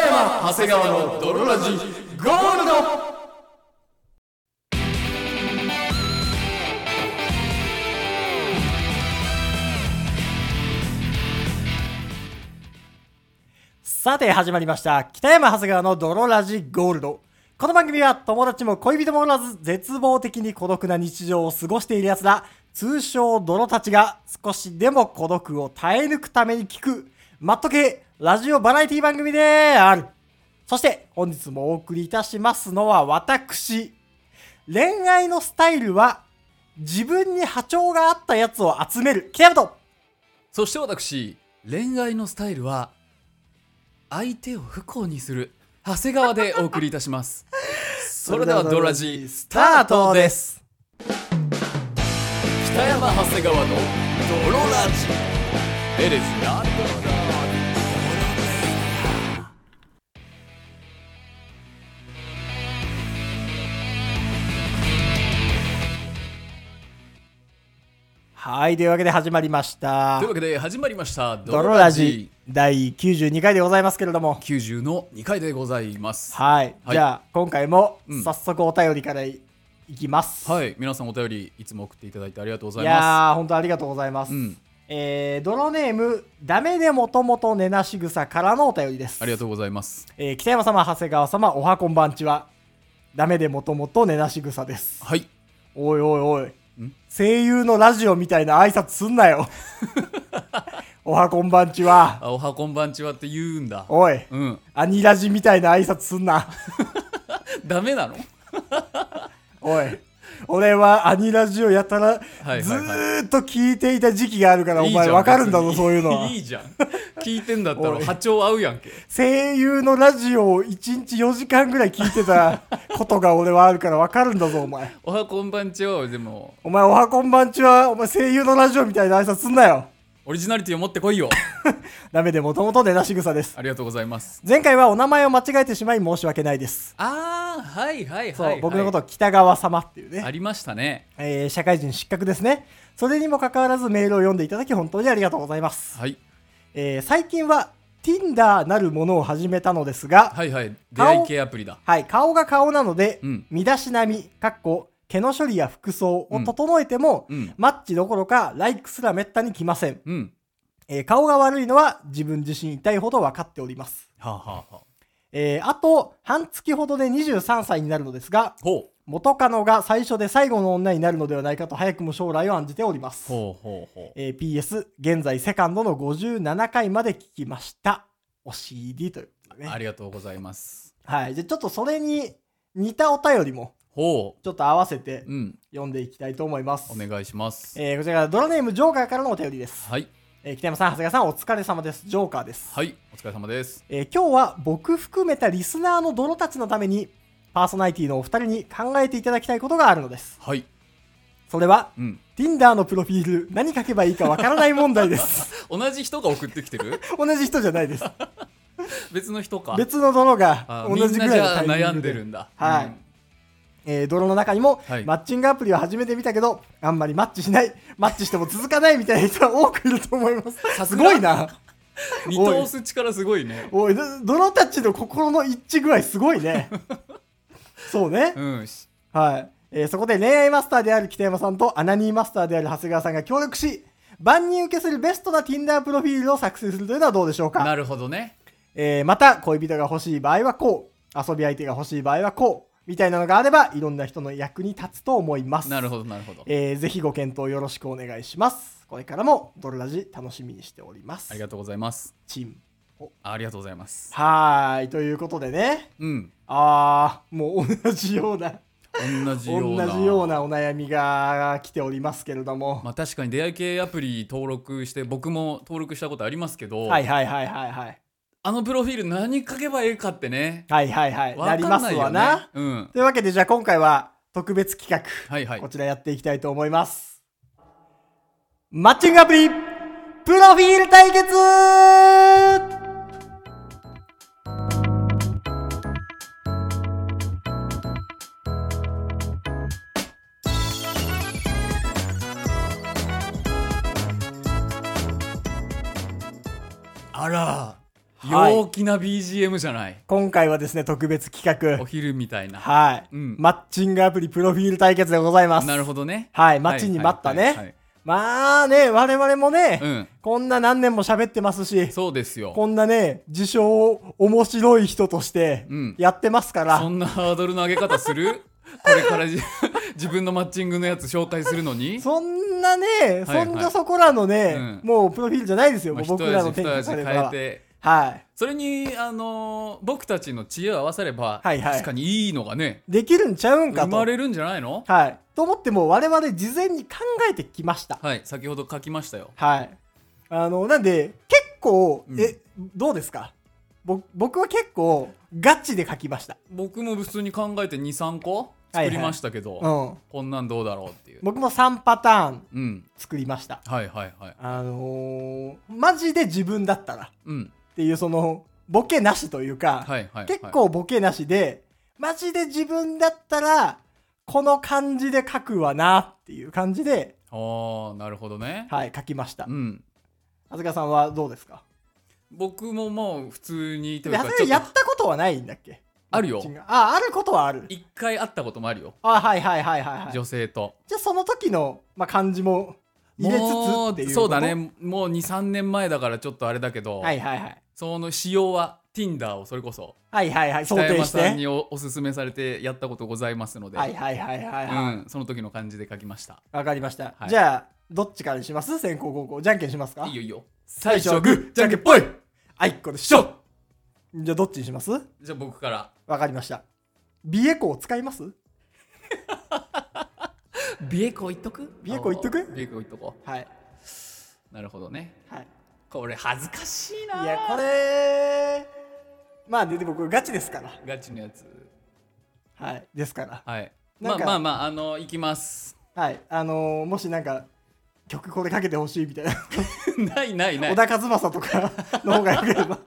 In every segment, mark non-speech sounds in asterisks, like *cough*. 長谷川の泥ラジゴールドさて始まりました北山長谷川の泥ラジゴールドこの番組は友達も恋人もおらず絶望的に孤独な日常を過ごしている奴ら通称泥たちが少しでも孤独を耐え抜くために聞くマット系ラジオバラエティ番組であるそして本日もお送りいたしますのは私恋愛のスタイルは自分に波長があったやつを集める北山とそして私恋愛のスタイルは相手を不幸にする長谷川でお送りいたします *laughs* それではドラジスタートですす北山長谷川の泥ラジ It is not はいというわけで始まりましたというわけで始まりました「ドロラジ第92回でございますけれども」 90の2回でございますはい、はいじゃあ今回もうん早速お便りからい,、きます、、はいい皆さんお便りいつも送っていただいてありがとうございまやー本当ありがとうございますす、うん、えー、ドロネームダメでもともと寝なしぐさからのお便りですありがとうございますえー北山様長谷川様おはこんばんちはダメでもともと寝なしぐさですはいおいおいおいん声優のラジオみたいな挨拶すん *laughs* なよおはこんばんちはあおはこんばんちはって言うんだおいうんアニラジみたいな挨拶すんなダメなのおい俺はアニラジオやたらはいはいずーっと聞いていた時期があるからおいいじゃ前わかるんだぞ別にそういうのは *laughs* いいじゃん聞いてんだったおらい波長合うやんけ声優のラジオを1日4時間ぐらい聞いてた *laughs* ことが俺はあるからわかるんだぞお前おはこんばんちはでもお前おはこんばんちはお前声優のラジオみたいな挨拶すんなよオリジナリティを持ってこいよダメでもともと出なし草ですありがとうございます前回はお名前を間違えてしまい申し訳ないですああはいはいはい、はい、そう、僕のことを北川様っていうねありましたねえー社会人失格ですねそれにもかかわらずメールを読んでいただき本当にありがとうございます、はいえー最近は Tinder なるものを始めたのですが、はいはいはい出会い系アプリだ顔が顔なので、うん身だしなみかっこ毛の処理や服装を整えても、うんマッチどころかライクすらめったに来ません、うんえー顔が悪いのは自分自身痛いほど分かっております、はあ、はあはあ、えーあと半月ほどで23歳になるのですがほう元カノが最初で最後の女になるのではないかと早くも将来を案じておりますほうほうほうえー PS、現在セカンドの57回まで聞きました。お CD ということであね。りがとうございますはい。じゃあちょっとそれに似たお便りも、ほちょっと合わせてううん読んでいきたいと思います。お願いしますえーこちらがドラネームジョーカーからのお便りです。はいえー北山さん、長谷川さん、お疲れ様です。ジョーカーです。はいお疲れ様ですえー今日は僕含めたリスナーの泥たちのために、パーソナリティのお二人に考えていただきたいことがあるのです。はいそれは、うん Tinder のプロフィール、何書けばいいかわからない問題です。 *laughs* 同じ人が送ってきてる同じ人じゃないです。別の人か別の泥があ同じぐらいのタイみんなミじゃあ悩ングんででるんだはいえー泥の中にも、はいマッチングアプリを始めてみたけどあんまりマッチしないマッチしても続かないみ *laughs* たいな人は多くいると思いますさすすがごいな見通す力すごいねおいど泥たちの心の一致具合すごい *laughs* ねそうね、うんしはい、えーそこで恋愛マスターである北山さんとアナニーマスターである長谷川さんが協力し万人受けするベストな Tinder プロフィールを作成するというのはどうでしょうかなるほどねえーまた恋人が欲しい場合はこう遊び相手が欲しい場合はこうみたいなのがあればいろんな人の役に立つと思いますなるほどなるほどえーぜひご検討よろしくお願いしますこれからもドロラジ楽しみにしておりますありがとうございますチームありがとうございますはーいということでねうんあーもう同じような同じような同じようなお悩みが来ておりますけれども、まあ確かに出会い系アプリ登録して僕も登録したことありますけど、はいはいはいはいはいあのプロフィール何書けばええかってねはいはいはいなわりかまんすないわよねなうんというわけでじゃあ今回は特別企画はいはいこちらやっていきたいと思います。マッチングアプリ、プロフィール対決あらはい陽気な BGM じゃない、今回はですね、特別企お画。昼みたいな、はい、うんマッチングアプリプロフィール対決でございます。なるほどねはい、待ちに待ったはいはいはいね。まあね、我々もね、うんこんな何年も喋ってますし、そうですよこんなね、自称面白い人としてうんやってますから、そんなハードルの上げ方す *laughs* るこれからじ自分のマッチングのやつ紹介するのにそんなね、はいそんなそこらのね、うんもうプロフィールじゃないですよ、まあもう一僕らの味天二下味され変えば。てはい。それに、あのー僕たちの知恵を合わされば、はいはい確かにいいのがねできるんちゃうんか生とま。れるんじゃないのはい。と思っても我々事前に考えてきました。はい先ほど書きましたよはい。あの、なんで、結構、うんえ、どうですかぼ僕は結構ガチで書きました。僕も普通に考えて23個はいはい作りましたけど、うん。こんなんどうだろうっていう僕も3パターンうん作りました。はいはいはいあのーマジで自分だったらっうんていうその、ボケなしというはか、いはい、はい、結構ボケなしで、マジで自分だったら、この感じで書くわなっていう感じで、ああなるほどね、はい、書きましたう。んあずかさんはどうですか僕ももう普通にとでいうあかずかちょっやとったことはないんだっけあるよあ、あることはある。一回会ったこともあるよ、あ、はいはいはいはい、はい。じゃ女性とあその時の、まあ、感じも入れつつもっていうことそうだね。もう23年前だからちょっとあれだけど、はいはいはい。その仕様は Tinder をそれこそはいはいはい。想北定山しさんて。におおすすめされてやったことございますので、はいはいはいはいはい。わ、うん、その時の感じで書きましたかりました。はいじゃあ、どっちからにします先行後攻。じゃんけんしますかいいよいいよ最最初は初ググーーじじゃゃんんけけんんぽぽいいあいっこでししょょじゃあどっちにしますじゃあ僕からわかりました。ビエコを使いますビエコ言っとく美恵子言っとくビエコ言っとこはい。うなるほどねはい。これ恥ずかしいないや、これ、まあね、でもこれガチですから。ガチのやつはい。ですから。はいなまあんかまあまああの行きます *laughs* はい。あのーもしなんか、曲これかけてほしいみたいな。ないないな小い田和正 *laughs* とかの方がよければ。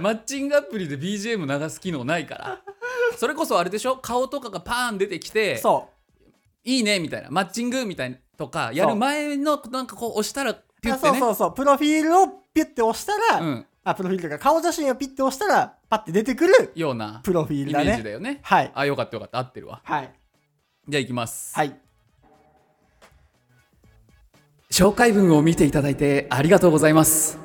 マッチングアプリで BGM 流す機能ないからそれこそあれでしょ顔とかがパーン出てきてそいいねみたいなマッチングみたいなとかやる前のなんかこう押したらう。ピュあッてそうねそうそう。プロフィールをピュッて押したら、うんあ、プロフィールというか、顔写真をピュッて押したら、パッて出てくるようなプロフィーイルメだージだね。よねはい。あよかったよかった合ってるわはい。じゃあ行きますはい。紹介文を見ていただいてありがとうございます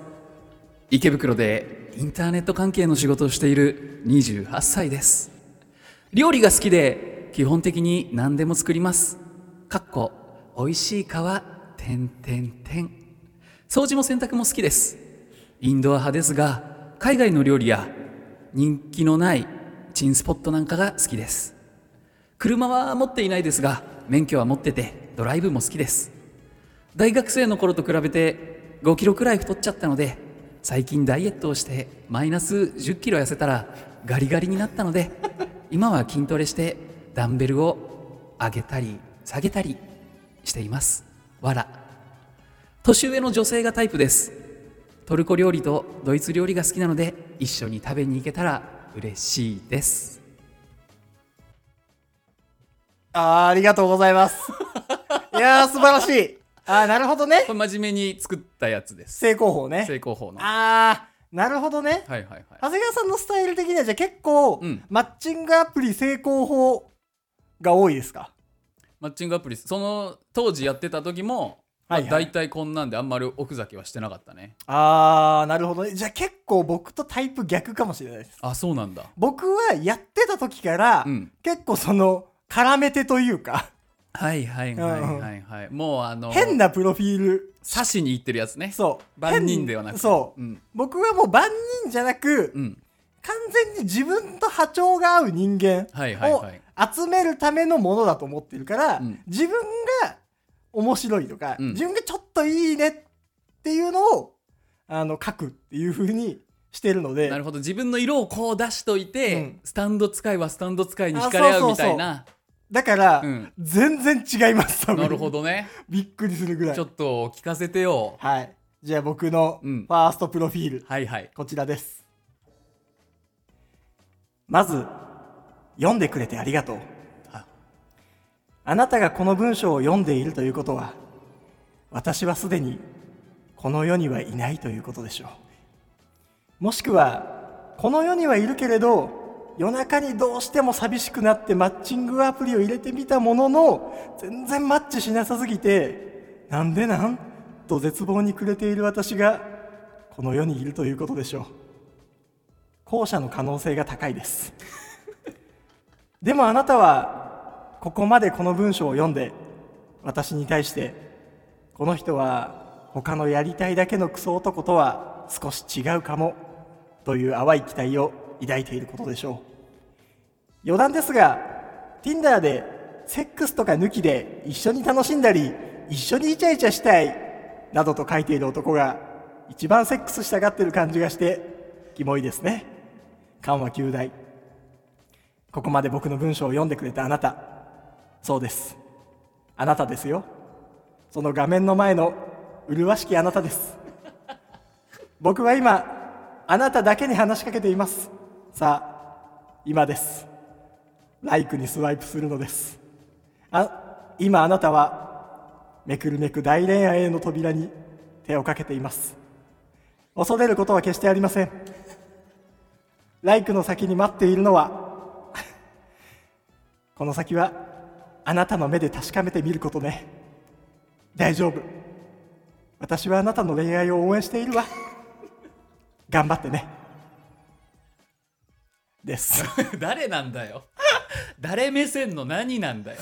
池袋でインターネット関係の仕事をしている28歳です料理が好きで基本的に何でも作りますかっこ美味しいかはてんてんてん掃除も洗濯も好きですインドア派ですが海外の料理や人気のないチンスポットなんかが好きです車は持っていないですが免許は持っててドライブも好きです大学生の頃と比べて5キロくらい太っちゃったので最近ダイエットをしてマイナス1 0キロ痩せたらガリガリになったので今は筋トレしてダンベルを上げたり下げたりしていますわら年上の女性がタイプですトルコ料理とドイツ料理が好きなので一緒に食べに行けたら嬉しいですあーありがとうございます。いやー、素晴らしい。あーなるほどねこ。れ真面目に作ったやつです正攻法ね成。功法のはいあーなるほどね。はいはい長谷川さんのスタイル的には、じゃあ結構、うんマッチングアプリ成功法が多いですかマッチングアプリその当時やってた時も、はいまあはい大体こんなんであんまり奥酒はしてなかったねあー、なるほどね。じゃあ結構僕とタイプ逆かもしれないです。あそうなんだ僕はやってた時から、うん結構その、絡めてというか、はいはいはいはいはい、もうあの変ななプロフィール。刺しに行ってるやつねそう。万人ではなく変てそう。うん、僕はもう万人じゃなく、うん、完全に自分と波長が合う人間はいはいをはい集めるためのものだと思ってるから、うん自分が面白いとか、うん自分がちょっといいねっていうのをあの書くっていうふうにしてるのでなるほど自分の色をこう出しといて、うんスタンド使いはスタンド使いに惹かれ合うみたいなだから、うん全然違います多分なるほどねびっくりするぐらいちょっと聞かせてよはいじゃあ僕のフうんァーストプロフィール、はいはいこちらです。まず、読んでくれてありがとう。あなたがこの文章を読んでいるということは、私はすでにこの世にはいないということでしょう。もしくはこの世にはいるけれど夜中にどうしても寂しくなってマッチングアプリを入れてみたものの全然マッチしなさすぎてなんでなんと絶望に暮れている私がこの世にいるということでしょう後者の可能性が高いですでもあなたはここまでこの文章を読んで私に対してこの人は他のやりたいだけのクソ男とは少し違うかもという淡い期待を抱いていることでしょう余談ですが Tinder でセックスとか抜きで一緒に楽しんだり一緒にイチャイチャしたいなどと書いている男が一番セックスしたがってる感じがしてキモいですね緩和9大ここまで僕の文章を読んでくれたあなたそうですあなたですよその画面の前の麗しきあなたです僕は今あなただけに話しかけていますさあ今ですライクにスワイプするのですあ今あなたはめくるめく大恋愛への扉に手をかけています恐れることは決してありませんライクの先に待っているのは *laughs* この先はあなたの目で確かめてみることね大丈夫私はあなたの恋愛を応援しているわ頑張ってねです誰なんだよ誰目線の何なんだよ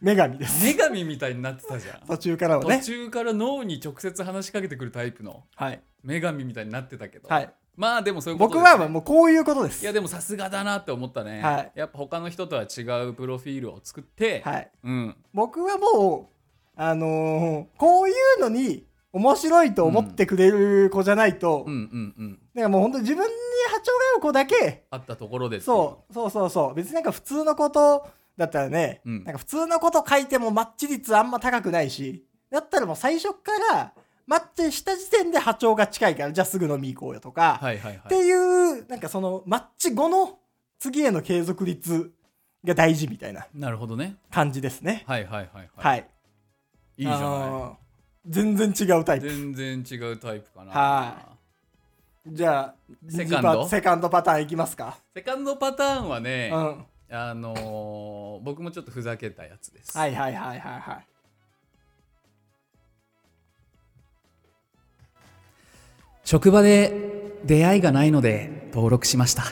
女神です女神みたいになってたじゃん途中からは途ね中から脳に直接話しかけてくるタイプのはい女神みたいになってたけど、はいまあでもそういうこと僕ですねはもうこういうことですいやでもさすがだなって思ったね、はいやっぱ他の人とは違うプロフィールを作って、はいうん僕はもうあのーこういうのに面白いと思ってくれる子じゃないと、うんうんうんだからもう本当に自分に波長が合う子だけあったところでそうそうそうそう別になんか普通のことだったらね、うんなんか普通のこと書いてもマッチ率あんま高くないしだったらもう最初からマッチした時点で波長が近いからじゃあすぐ飲み行こうよとか、はいはいっはていいうなんかそのマッチ後の次への継続率が大事みたいななるほどね感じですねはいはいはいはい、いいじゃなあー全然違うタイいプ全然違うタイプかなはじゃあセカンド二パセカンドパターンいきますか、セカンドパターンはね、うんあのー僕もちょっとふざけたやつです、はいはいはいはいはい職場で出会いがないので登録しました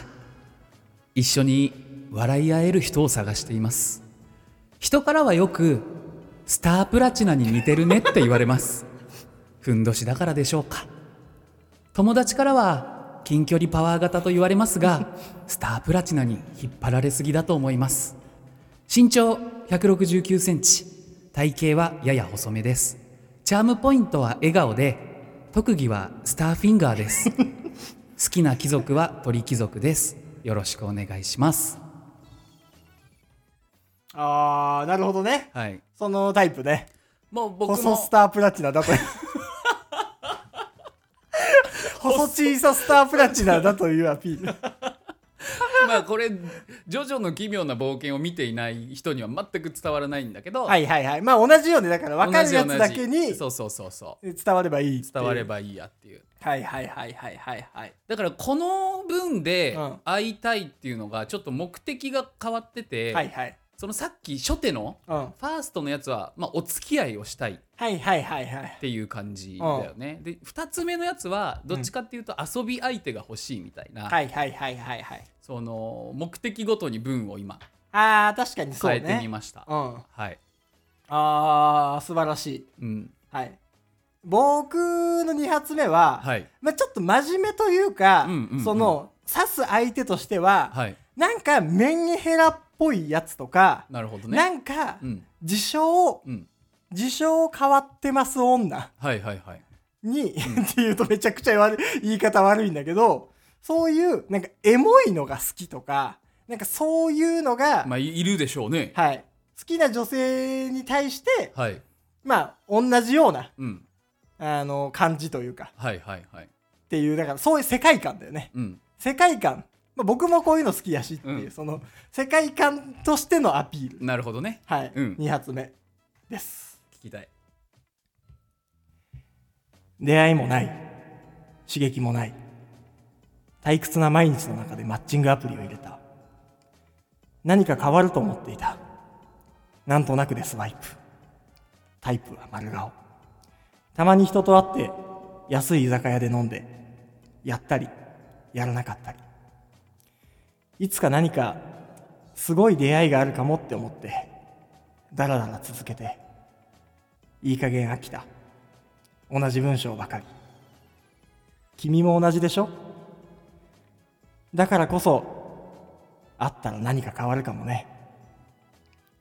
一緒に笑い合える人を探しています人からはよくスタープラチナに似てるねって言われますふんどしだからでしょうか友達からは近距離パワー型と言われますがスタープラチナに引っ張られすぎだと思います身長169センチ体型はやや細めですチャームポイントは笑顔で特技はスターフィンガーです *laughs* 好きな貴族は鳥貴族ですよろしくお願いしますあーなるほどねはいそのタイプねもう僕細もスタープラチナ *laughs* だと細小さスタープラチナだというアピールまあこれジョジョの奇妙な冒険を見ていない人には全く伝わらないんだけど、はいはいはいまあ同じよねだから分かるやつだ同けじ同にじそうそうそうそ伝わればいいっていうう伝わればいいやっていうはいはいはいはいはいはいだからこの文でうん会いたいっていうのがちょっと目的が変わってて、はいはいそのさっき初手のうんはいファーストのやつは、まあ、お付き合いをしたいっはいはいはいていう感じだよね、で2つ目のやつはどっちかっていうと遊び相手が欲しいみたいな、はいはいはいはいはいその目的ごとに文を今あー確かにそう変えねてみました、うんはい、あー素晴らしいうん、はい僕の2発目は、はいまあ、ちょっと真面目というか、うんうんうんその刺す相手としては、はいなんかメンヘラっぽいやつとか、なるほどなねんかうん自称うん自称変わってます女はいはいはいに、 *laughs* っていうとめちゃくちゃ悪い言い方悪いんだけどそういうなんかエモいのが好きとかなんかそういうのが、まあいいるでしょうねはい、好きな女性に対してはいまあ同じようなうんあの感じというかはいはいはいっていうだからそういう世界観だよねうん世界観、まあ、僕もこういうの好きやしっていう、うんその世界観としてのアピールなるほどねはい、うん2発目です聞きたい出会いもない刺激もない退屈な毎日の中でマッチングアプリを入れた何か変わると思っていたなんとなくでスワイプタイプは丸顔たまに人と会って安い居酒屋で飲んでやったりやらなかったりいつか何かすごい出会いがあるかもって思ってだらだら続けていい加減飽きた同じ文章ばかり君も同じでしょだからこそ会ったら何か変わるかもね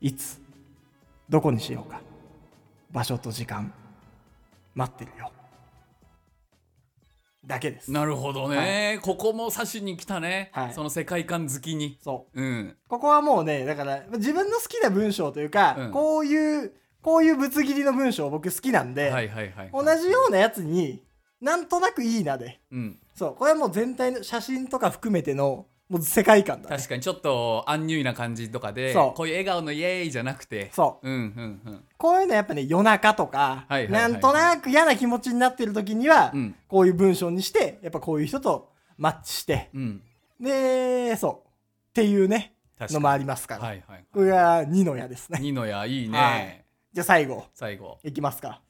いつどこにしようか場所と時間待ってるよだけですなるほどね、ここも指しに来たね、はいその世界観好きにそううんここはもうね、だから、自分の好きな文章というか、うんこういう、こういうぶつ切りの文章僕好きなんで、はいはいはい同じようなやつに、なんとなくいいなで。うん、そう、これはもう全体の写真とか含めての、もう世界観だ、ね確。かにちょっとアンニュイな感じとかでそうこういう笑顔のイエーイじゃなくてそううんうんうんこういうのやっぱね、夜中とか、はいはいはいはいなんとなく嫌な気持ちになってる時には、うんこういう文章にして、やっぱこういう人とマッチして、うんで、そう、っていうね、確かにのもありますから。はいはいこれが2の矢ですね。二の矢いいね、はいじゃあ最後、最後いきますか。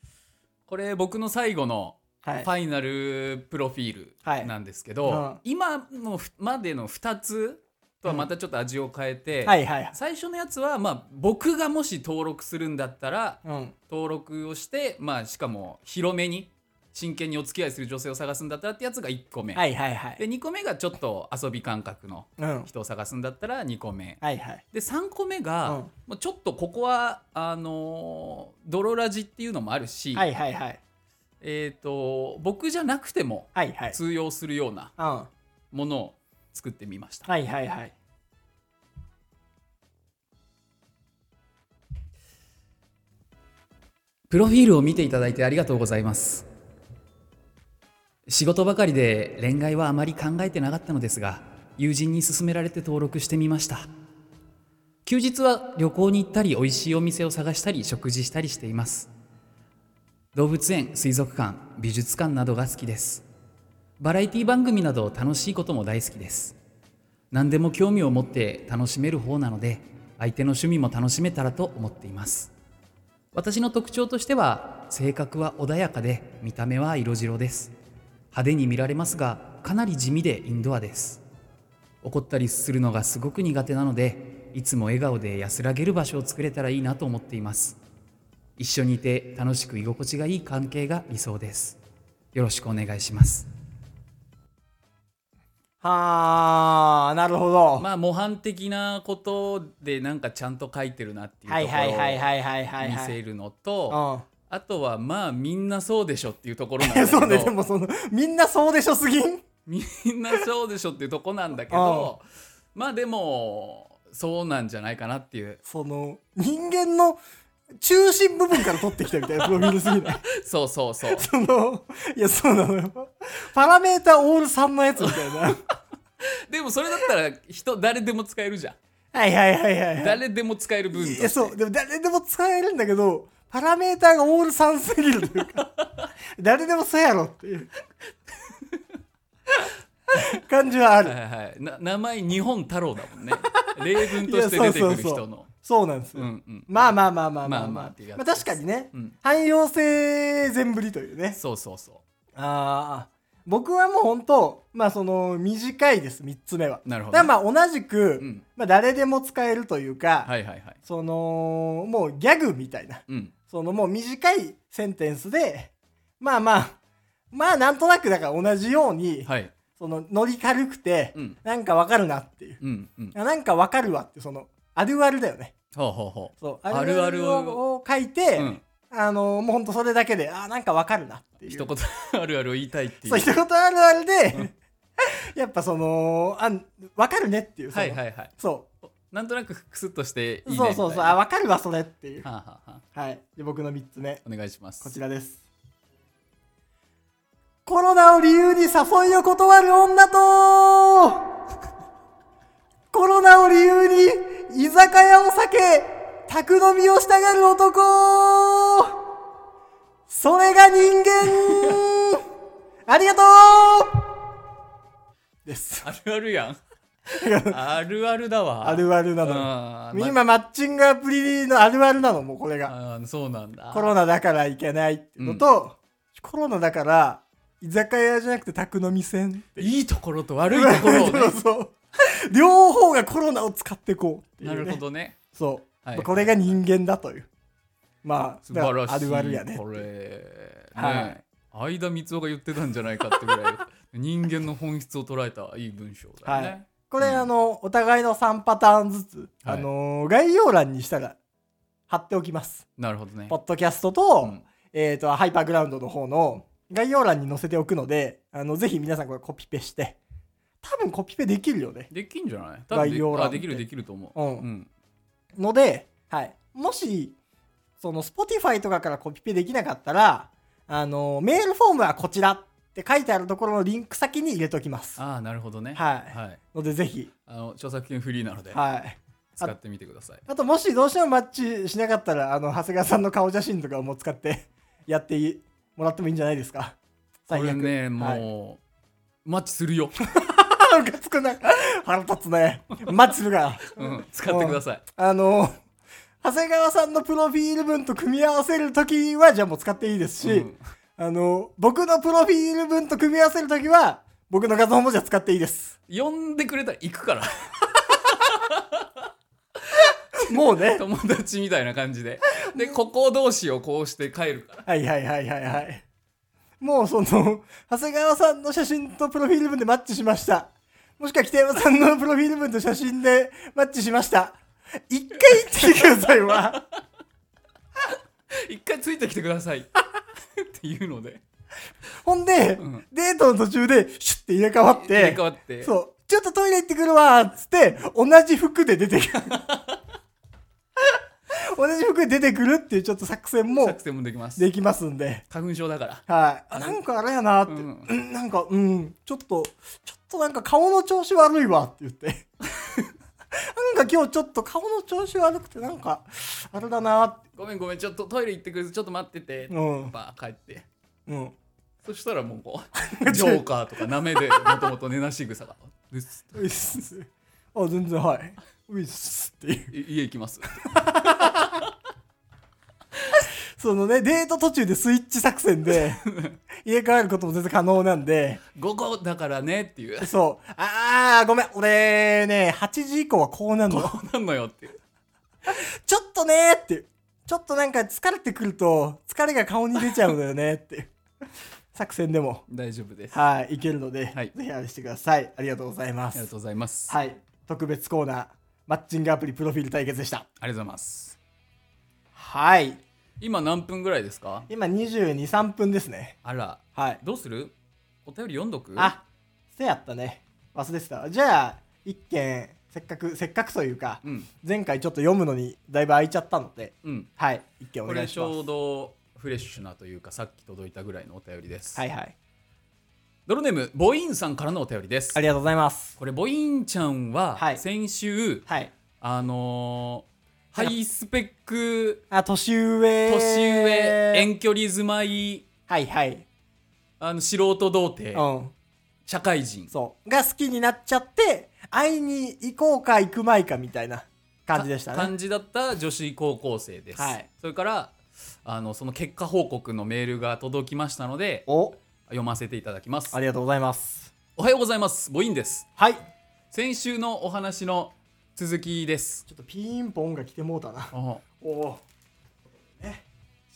これ僕の最後のフはい。ァイナルプロフィールなんですけど、は今のふまでの2つとはまたちょっと味を変えて、はいはい。最初のやつは、まあ、僕がもし登録するんだったらうん。登録をして、まあ、しかも広めに真剣にお付き合いする女性を探すんだったらってやつが1個目、はいはいはい。で2個目がちょっと遊び感覚のうん。人を探すんだったら2個目はいはい。で3個目が、うんまあちょっとここはあのー泥ラジっていうのもあるし、はいはいはい。えー、と僕じゃなくてもはいはい。通用するようなうん。はものを作ってみました。いはいはい。プロフィールを見ていただいてありがとうございます。仕事ばかりで恋愛はあまり考えてなかったのですが、友人に勧められて登録してみました。休日は旅行に行ったり、美味しいお店を探したり、食事したりしています。動物園、水族館、美術館などが好きです。バラエティ番組など楽しいことも大好きです。何でも興味を持って楽しめる方なので、相手の趣味も楽しめたらと思っています。私の特徴としては性格は穏やかで見た目は色白です派手に見られますがかなり地味でインドアです怒ったりするのがすごく苦手なのでいつも笑顔で安らげる場所を作れたらいいなと思っています一緒にいて楽しく居心地がいい関係が理想ですよろしくお願いしますはあ、なるほど。まあ模範的なことでなんかちゃんと書いてるなっていうとこはいはいはいろはいはいはをい見はせい。るのと、うん *laughs* あとはまあみんなそうでしょっていうところなんいやだけ *laughs* そどうね、でもその、みんなそうでしょすぎん *laughs* みんなそうでしょっていうとこなんだけどまあでもそうなんじゃないかなっていうその、人間の中心部分から取ってきたみたいな、プロフィールすぎない。 *laughs* そうそうそうその、いや、そうなのよ。パラメータオール3のやつみたいな。はでもそれだったら人誰でも使えるじゃんいはいはいはい。誰でも使える分いや、そう。でも誰でも使えるんだけど、パラメーターがオール3すぎるという *laughs* か、誰でもそうやろっていう *laughs* 感じはあはいる。はいな名前日本太郎だもん *laughs* ね例文いとして出てくるそう人そうそうの。そうなんですよ。うんうんまあまあまあまあまあまあ。ままああまあっていうやつ確かにね、うん汎用性全振りというね。そうそうそああ。僕はもう本当まあその、短いです、3つ目は。うなるほどだね、からまあ同じく、うんまあ誰でも使えるというか、はいはいはいその、もうギャグみたいな。うんそのもう短いセンテンスで、まあまあ、まあなんとなくだから同じように、はいそのノリ軽くて、うんなんかわかるなっていう。うんうんあなんかわかるわって、その、あるあるだよね。ほうほうほそう、あるあるをを書いて、う、うん、あの、もうほんとそれだけで、あなんかわかるなっていう。一言 *laughs* あるあるを言いたいっていうそう、一言あるあるで、 *laughs* やっぱその、あ、わかるねっていう。そはのいはいはいそなんとなくクスッとしてういいねみたいそなうそうそう、あ、わかるわ、それっていう。はあはあはあはい。で、僕の3つ目。お願いしますこちらです。コロナを理由に誘いを断る女と、 *laughs* コロナを理由に居酒屋を避け、宅飲みをしたがる男 *laughs* それが人間ありがとうです。あるあるやん。あるあるだわ。あるあるなの。あーま今、マッチングアプリのあるあるなの、もうこれが。あーそうなんだ。コロナだから行けないってのと、コロナだから、居酒屋じゃなくて宅飲み船って。いいところと悪いところをね *laughs* そうそう両方がコロナを使っていこうっていうなね、るほどね。そう、はいまあこれが人間だというまあ素 *laughs* だか晴ららしい。あるあるやねこれ。ね、はい相田光雄が言ってたんじゃないかってぐらい、 *laughs* 人間の本質を捉えたいい文章だよね。はいこれ、うんあのお互いの3パターンずつ、はいあのー概要欄にしたら貼っておきますなるほどねポ。ッドキャストと,、うんえー、とハイパーグラウンドの方の概要欄に載せておくのであのぜひ皆さんこれコピペして多分コピペできるよねできんじゃない多分で概要欄あできるできると思う。うんので、はい、もしその Spotify とかからコピペできなかったらあのメールフォームはこちらって書いてあるところのリンク先に入れておきますああ、なるほどね。はいはい。のでぜひ、あの著作権フリーなので、はい、使ってみてください。あともしどうしてもマッチしなかったらあの長谷川さんの顔写真とかをもう使って *laughs* やっていもらってもいいんじゃないですかこ最れ悪ね、もう、はい、マッチするよ。あムカつ *laughs* くな腹立つねマッチするからうん、 *laughs* 使ってください。あの *laughs* 長谷川さんのプロフィール文と組み合わせるときはじゃあもう使っていいですし、うんあの、僕のプロフィール文と組み合わせるときは、僕の画像もじゃあ使っていいです。呼んでくれたら行く *laughs* から。もうね。友達みたいな感じで。で、ここ同士をこうして帰るから。 *laughs* はいはいはいはいはい。もうその、長谷川さんの写真とプロフィール文でマッチしました。もしくは北山さんのプロフィール文と写真でマッチしました。一回言ってきてくださいわ。一回ついてきてください。っていうので。ほんで、んデートの途中で、シュッて入れ替わって、入れ替わってそう、ちょっとトイレ行ってくるわーっつって、同じ服で出てくる。同じ服で出てくるっていうちょっと作戦も作戦もできます。できますんで。花粉症だから。はい。あ、なんかあれやなーって、うんうんなんか、うん、ちょっと、ちょっとなんか顔の調子悪いわって言って。 *laughs* なんか今日ちょっと顔の調子悪くて、なんか、あれだなーって。ごめんごめん、ちょっとトイレ行ってくる。ちょっと待ってて。うんバー帰って。うん。そしたらもうこ *laughs* う、ジョーカーとか舐めで、もともと寝なし草が。うっすういっす。あ、全然はい。ういっすっていう。い家行きます。そのね、デート途中でスイッチ作戦 *laughs* で、入れ替わることも全然可能なんで、午後だからねっていう。 *laughs* そう、あー、ごめん、俺ね、8時以降はこうなんの。こうなんのよっていう。ちょっとねーって、ちょっとなんか疲れてくると、疲れが顔に出ちゃうのよねっていう、作戦でも、大丈夫です。あはい、いけるので、はいぜひあれしてください。ありがとうございまりがす。とうございます。はい、特別コーナー、マッチングアプリプロフィール対決でした。ありがとうございます。はい、今何分ぐらいですか今22、3分ですね。あら、はい。どうするお便り読んどくあせやったね忘れてたじゃあ一件せっかくせっかくというか、うん。前回ちょっと読むのにだいぶ空いちゃったのでうん。はい一件おこ願れいしちまょすうどフレッシュなというかさっき届いたぐらいのお便りです、はいはいドロネームボインさんからのお便りですありがとうございますこれボインちゃんははい先週、はいあのーハイスペックあ年上年上遠距離住まいはいはいあの素人童う貞ん社会人そうが好きになっちゃって会いに行こうか行くまいかみたいな感じでしたかね感じだった女子高校生です、はいそれからあのその結果報告のメールが届きましたのでお読ませていただきますありがとうございますおはようございますボインですはい先週のお話の続きですちょっとピンポンが来てもうたなおおお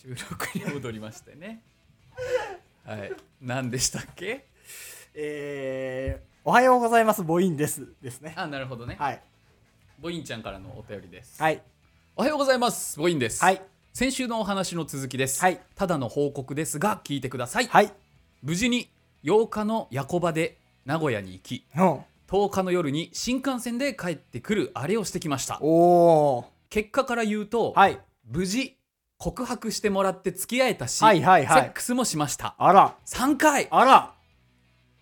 収録に戻りましてねはい何でしたっけえー、おはようございますボインですですねあなるほどね、はいボインちゃんからのお便りです、はいおはようございますボインです、はい先週のお話の続きです、はいただの報告ですが聞いてください、はい。無事に8日の夜コバで名古屋に行きうん。 10日の夜に新幹線で帰ってくるあれをしてきましたおー。結果から言うと、はい。無事告白してもらって付き合えたし、はいはいはいセックスもしましたあら。 3回あら。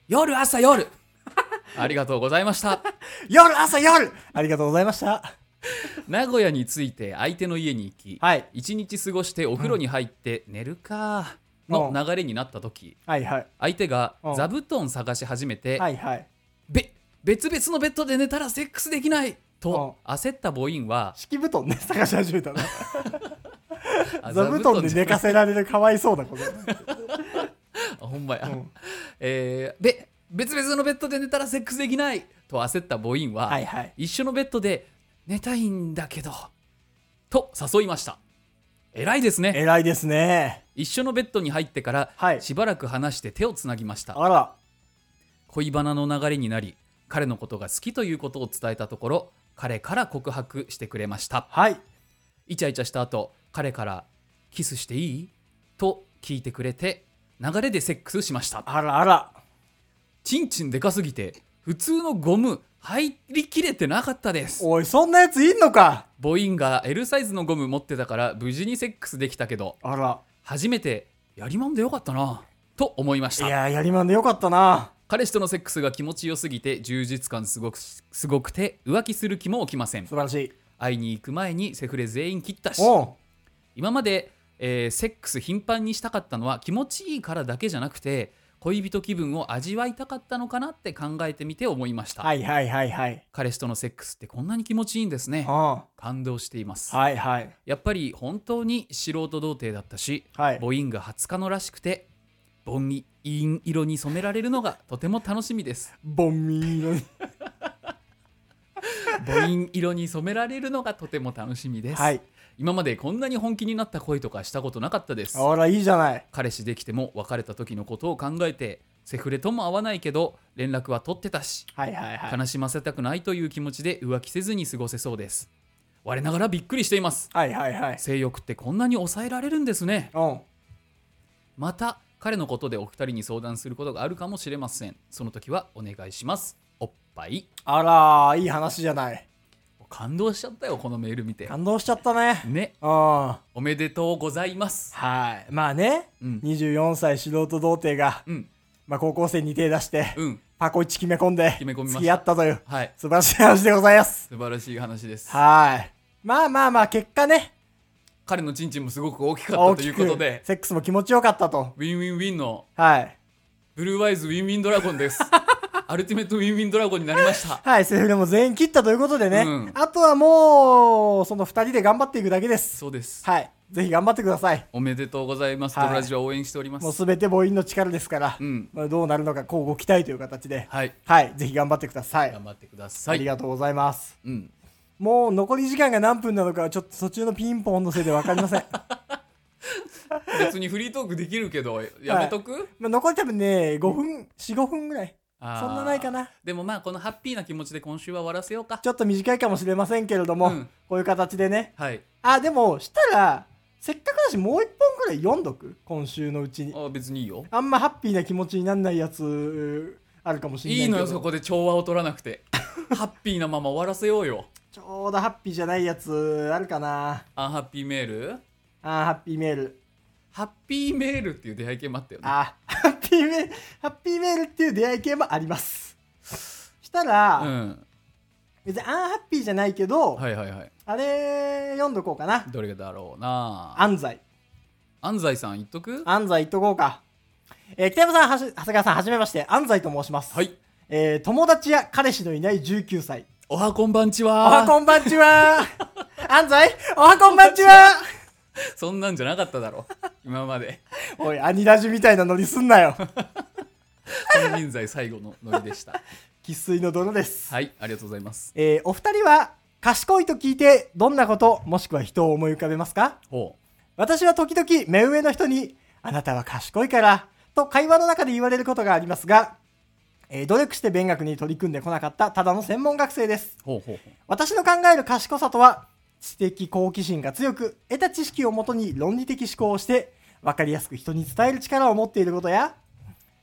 夜朝夜 *laughs* ありがとうございました夜朝夜ありがとうございました。名古屋に着いて相手の家に行き、はい。一日過ごしてお風呂に入って寝るかの流れになった時はいはい。相手がうん座布団探し始めてはいはい。べ別々のベッドで寝たらセックスできないと焦った母音は敷布 *laughs* 団ね、探し始めたの。 *laughs* あ座布団でじゃ寝かせられるかわいそうなこと。あほんまや、うん *laughs* えーべ別々のベッドで寝たらセックスできないと焦った母音は、 *laughs* はいはい。一緒のベッドで寝たいんだけどと誘いました偉いですね *laughs* 偉いですね。一緒のベッドに入ってから、はいしばらく話して手をつなぎましたあら。恋バナの流れになり彼のことが好きということを伝えたところ彼から告白してくれましたはい。イチャイチャした後彼から「キスしていい?」と聞いてくれて流れでセックスしましたあらあら。チンチンでかすぎて普通のゴム入りきれてなかったですおい、そんなやついんのか。ボインが L サイズのゴム持ってたから無事にセックスできたけどあら。初めてやりまんでよかったなと思いましいたやー、やりまんでよかったな。彼氏とのセックスが気持ちよすぎて充実感すごくすごくて浮気する気も起きません素晴らしい。会いに行く前にセフレ全員切ったしおう。今まで、えーセックス頻繁にしたかったのは気持ちいいからだけじゃなくて恋人気分を味わいたかったのかなって考えてみて思いました、はいはいはいはい。彼氏とのセックスってこんなに気持ちいいんですねうん。は感動していますいはい。やっぱり本当に素人童貞だったし、はい母音が20日のらしくて盆に陰色に染められるのがとても楽しみ *laughs* ですボンミーの。母音色に染められるのがとても楽しみです、はい。今までこんなに本気になった恋とかしたことなかったですあら、いいじゃない。彼氏できても別れた時のことを考えてセフレとも会わないけど連絡は取ってたしはいはいはい。悲しませたくないという気持ちで浮気せずに過ごせそうです我ながらびっくりしていますはいはいはい。性欲ってこんなに抑えられるんですねうん。また彼のことでお二人に相談することがあるかもしれませんその時はお願いしますおっぱいあらー、いい話じゃない。感動しちゃったよこのメール見て感動しちゃったね。ねうん。はおめでとうございますい。まあね、うん24歳素人童貞が、うんまあ高校生に手出して、うんパコイチ決め込んで、め込みました付き合ったという、はい素晴らしい話でございます。素晴らしい話ですはい。まあまあまあ、結果ね、彼のチンチンもすごく大きかった大というきこくとでセックスも気持ちよかったと。ウィンウィンウィンのはい。ブルーアイズウィンウィンドラゴン *laughs* ですアルティメットウィンウィンドラゴンになりましたはい、セフレも全員切ったということでね、うんあとはもう、その二人で頑張っていくだけです。そうですはい。ぜひ頑張ってください。おめでとうございます、はいドラジオ応援しておりまもうすすべて母音の力ですから、うんまあ、どうなるのか、こうご期待という形で、はいはい、ぜひ頑張ってください。頑張ってくださありいがとうございます。うんもう残り時間が何分なのか、ちょっと途中のピンポンのせいで分かり *laughs* ません。別にフリートークできるけどやめとく、まあ残り多分ね、5分、4、5分ぐらい。あーそんなないかなでもまあこのハッピーな気持ちで今週は終わらせようかちょっと短いかもしれませんけれども、うんこういう形でね。はいあ、でも、したら、せっかくだし、もう一本ぐらい読んどく今週のうちに。あ別にいいよあんまハッピーな気持ちになんないやつ、あるかもしれないいけいど。のよそこで調和を取らなくて *laughs* ハッピーなまま終わらせようよちょうどハッピーじゃないやつ、あるかなアンハッピーメールあーハッピーメール。ハッピーメールっていう出会い系もあったよねあーハッピーメール、ハッピーメールっていう出会い系もあります。したら、うん別にアンハッピーじゃないけど、はいはいはいあれ読んどこうかな。どれだろうな安西。安西さん言っとく安西いっとこうか。えー北山さん、はし長谷川さん、はじめまして、安西と申します。はい。えー友達や彼氏のいない19歳。おはこんばんちおははこんばん *laughs* ちは安西おはこんばんちはそんなんじゃなかっただろ *laughs* 今までおい、アニラジみたいなノリすんなよ。金銀財最後のノリでした *laughs* 生粋の泥です。はいありがとうございますえーお二人は、賢いと聞いて、どんなこと、もしくは人を思い浮かべますかほ私は時々目上の人に、あなたは賢いから、と会話の中で言われることがありますが、えー努力して勉学に取り組んでこなかったただの専門学生です。うほうほうほう私の考える賢さとは、知的好奇心が強く、得た知識をもとに論理的思考をして、わかりやすく人に伝える力を持っていることや、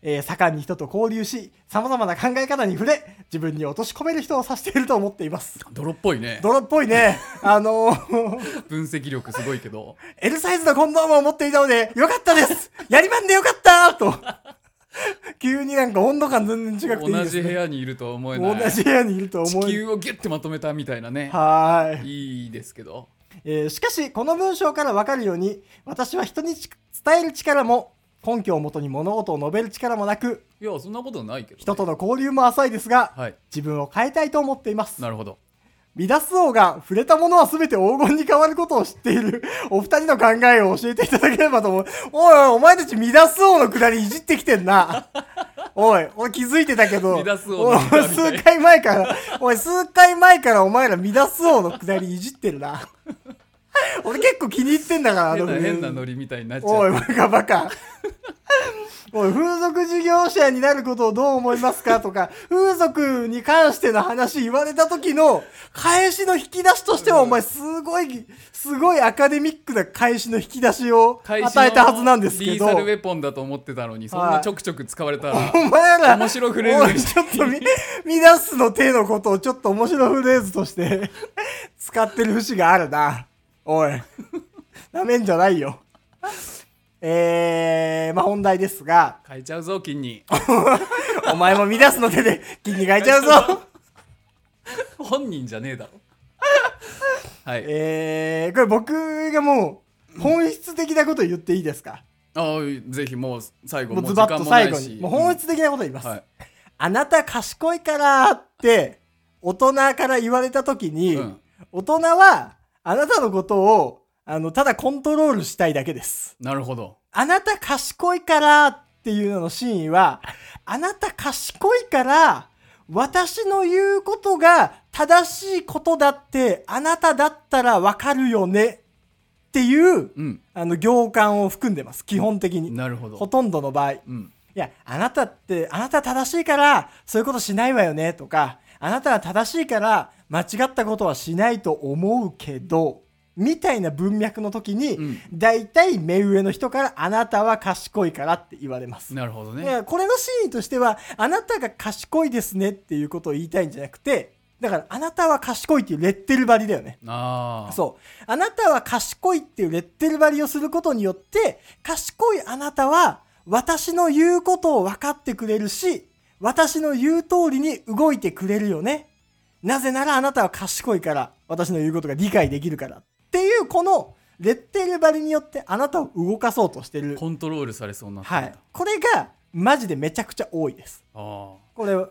えー盛んに人と交流し、様々な考え方に触れ、自分に落とし込める人を指していると思っています。泥っぽいね泥っぽいね。あのー、分析力すごいけど L サイズのコンドームを持っていたので、よかった *laughs* ですやりまんでよかったと。急になんか温度感全然違くていい同です、じ部ね。屋にいるとは思えな同いじ部屋にいると思地う。球をギュッてまとめたみたいなねはーい。いいですけどえーしかしこの文章からわかるように私は人にち伝える力も根拠をもとに物事を述べる力もなく、いやそんなことないけどね、人との交流も浅いですが、はい自分を変えたいと思っています。なるほどミダス王が触れたものは全て黄金に変わることを知っている *laughs* お二人の考えを教えていただければと思う。おいおい、お前たちミダス王のくだりいじってきてんな。 *laughs* おい、俺気づいてたけど、ミダス王のおいくだり数回前から、おい、数回前からお前らミダス王のくだりいじってるな。 *laughs* 俺結構気に入ってんだから、変なフレーズ変なノリみたいになっちゃおいうバカバカおい風俗事業者になることをどう思いますかとか風俗に関しての話言われた時の返しの引き出しとしてはお前すごいすごいアカデミックな返しの引き出しを与会社のえたはずなんですけリーどサルウェポンだと思ってたのにそんなちょくちょく使われたら、お前ら面白フレーズにしておいちょっとみミダスの手のことをちょっと面白フレーズとして *laughs* 使ってる節があるなおいなめんじゃないよえー、まあ本題ですが変えちゃうぞ金にお前もミダスの手で筋肉変えちゃうぞ本人じゃねえだろ *laughs* はいえー、これ僕がもう本質的なこと言っていいですか、あーぜひもう最後もうもうズ時間バッともな最い後しに。もう本質的なこと言います。はいあなた賢いからって大人から言われた時に、うん大人はあなたのことをあのただコントロールしたいだけです。なるほどあなた賢いからっていうのの真意は、あなた賢いから、私の言うことが正しいことだって、あなただったらわかるよねっていう、うんあの、行間を含んでます。基本的に。なるほどほとんどの場合。いうんや、あなたって、あなた正しいから、そういうことしないわよねとか、あなたは正しいから、間違ったことはしないと思うけど、みたいな文脈の時に、うん大体目上の人からあなたは賢いからって言われます。なるほどいねやこれの真意としてはあなたが賢いですねっていうことを言いたいんじゃなくてだからあなたは賢いっていうレッテル張りだよね。ああそう。あなたは賢いっていうレッテル張りをすることによって賢いあなたは私の言うことを分かってくれるし私の言う通りに動いてくれるよね。なぜならあなたは賢いから、私の言うことが理解できるから。っていう、この、レッテル張りによってあなたを動かそうとしてる。コントロールされそうになったはんだ、い。これが、マジでめちゃくちゃ多いです。ああこれ、うん。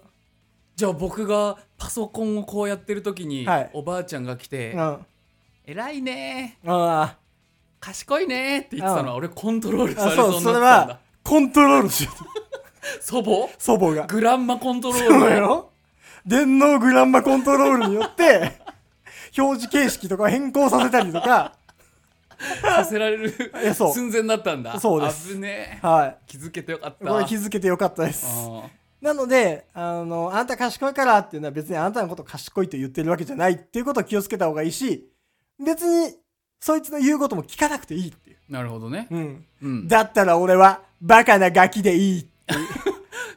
じゃあ僕がパソコンをこうやってる時に、はいおばあちゃんが来てあ「偉いねあー賢いね」って言ってたのは俺コントロールさあ。れそうそう、にそれなったんだは、コントロールしよう。祖母 *laughs* 祖母が。グランマコントロそうーだルよ。電脳グランマコントロールによって、 *laughs* 表示形式とかを変更させたりとか、させられるや *laughs* そう寸前だったんだそうです危ねえは気づけてよかっい。たこれ気づけてよかったです。あなので、あの、あなた賢いからっていうのは別にあなたのこと賢いと言ってるわけじゃないっていうことを気をつけた方がいいし、別に、そいつの言うことも聞かなくていいっていう。ーなるほどね、うん。うん、だったら俺は、バカなガキでいい。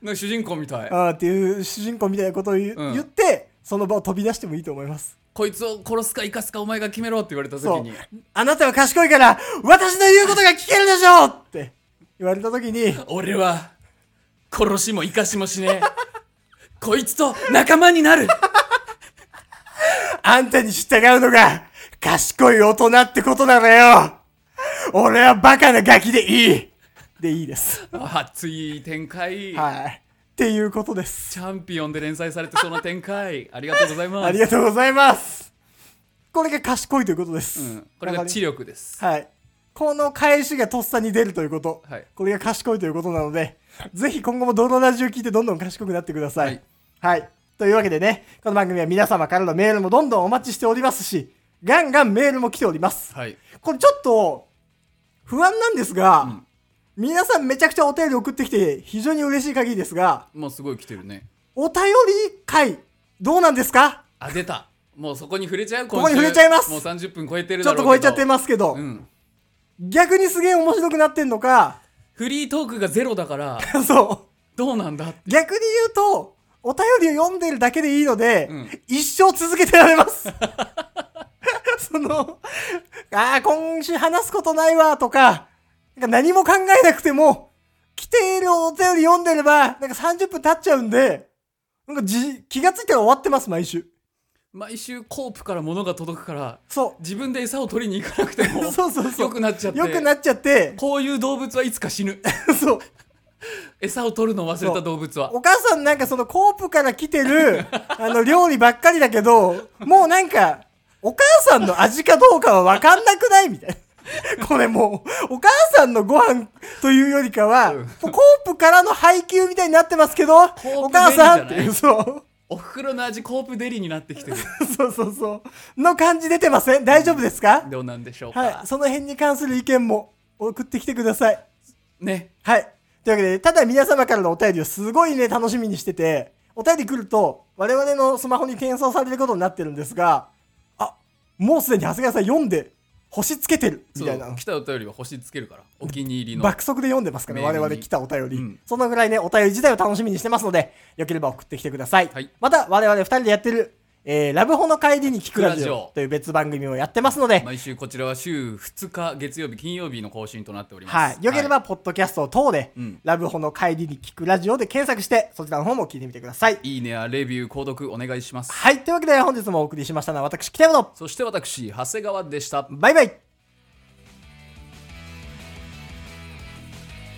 の主人公みたいあーっていう主人公みたいなことを言,、うん言って、その場を飛び出してもいいと思います。こいつを殺すか生かすかお前が決めろって言われたそ時うに。あなたは賢いから、私の言うことが聞けるでしょうって言われた時に、俺は殺しも生かしもしねえこいつと仲間になる *laughs* あんたに従うのが賢い大人ってことなのよ俺はバカなガキでいいでいいです。熱い展開、はい。っていうことです。チャンピオンで連載されてその展開 *laughs* ありがとうございますありがとうございますこれが賢いということです。うん、これが知力。力ですはい。この返しがとっさに出るということ。はいこれが賢いということなので、ぜひ今後もドロラジを聞いてどんどん賢くなってください。はい。というわけでね、この番組は皆様からのメールもどんどんお待ちしておりますし、ガンガンメールも来ております。はいこれちょっと不安なんですが、うん皆さんめちゃくちゃお便り送ってきて非常に嬉しい限りですが、もうすごい来てるねお便り会どうなんですかあ出たもうそこに触れちゃうここに今週触れちゃいますもう30分超えてるちょだっろとうけど超えちゃってますけど、うん逆にすげえ面白くなってんのか、 *laughs* フリートークがゼロだからそどうなんだう。逆に言うと、お便りを読んでるだけでいいので、うん一生続けてられます。 *laughs* その、ああ、今週話すことないわ、とか、なんか何も考えなくても、来ているお便り読んでれば、なんか30分経っちゃうんで、なんかじ気がついたら終わってます、毎週。毎週コープから物が届くからそ自分で餌を取りに行かなくてもう *laughs* そうそうそう良くなっちゃってよくなっちゃって *laughs* こういう動物はいつか死ぬそう餌を取るのを忘れた動物はお母さんなんかそのコープから来 *laughs* てるあの料理ばっかりだけどもうなんかお母さんの味かどうかは分かんなくないみたいな。これもうお母さんのご飯というよりかうは、んもうコープからの配給みたいになってますけどーお母さんって便いう利そうおふくろの味コープデリになってきてるそうそうそうの感じ出てません大丈夫ですか、どうなんでしょうか、はいその辺に関する意見も送ってきてくださいねはい。というわけで、ただ皆様からのお便りをすごいね、楽しみにしてて、お便り来ると、我々のスマホに転送されることになってるんですが、あ、もうすでに長谷川さん読んで、星つけてるみたいそなう。来たお便りは星つける *laughs* からお気に入りの爆速で読んでますから、メー我ルに々来たお便り。うんそのぐらいね、お便り自体を楽しみにしてますので、よければ送ってきてください。はいまた、我々二人でやってる、えー、ラブホの帰りに聞くラジ聞くラジオオという別番組をやってますので、毎週こちらは週2日月曜日金曜日の更新となっておりまはすい。よけれはば、ポッドキャスト等で、うんラブホの帰りに聞くラジオで検索して、そちらの方も聞いてみてください。い、いいねやレビュー購読お願いしますはい。というわけで、本日もお送りしましたのは、私、北山の、そして私長谷川でしたバイバイ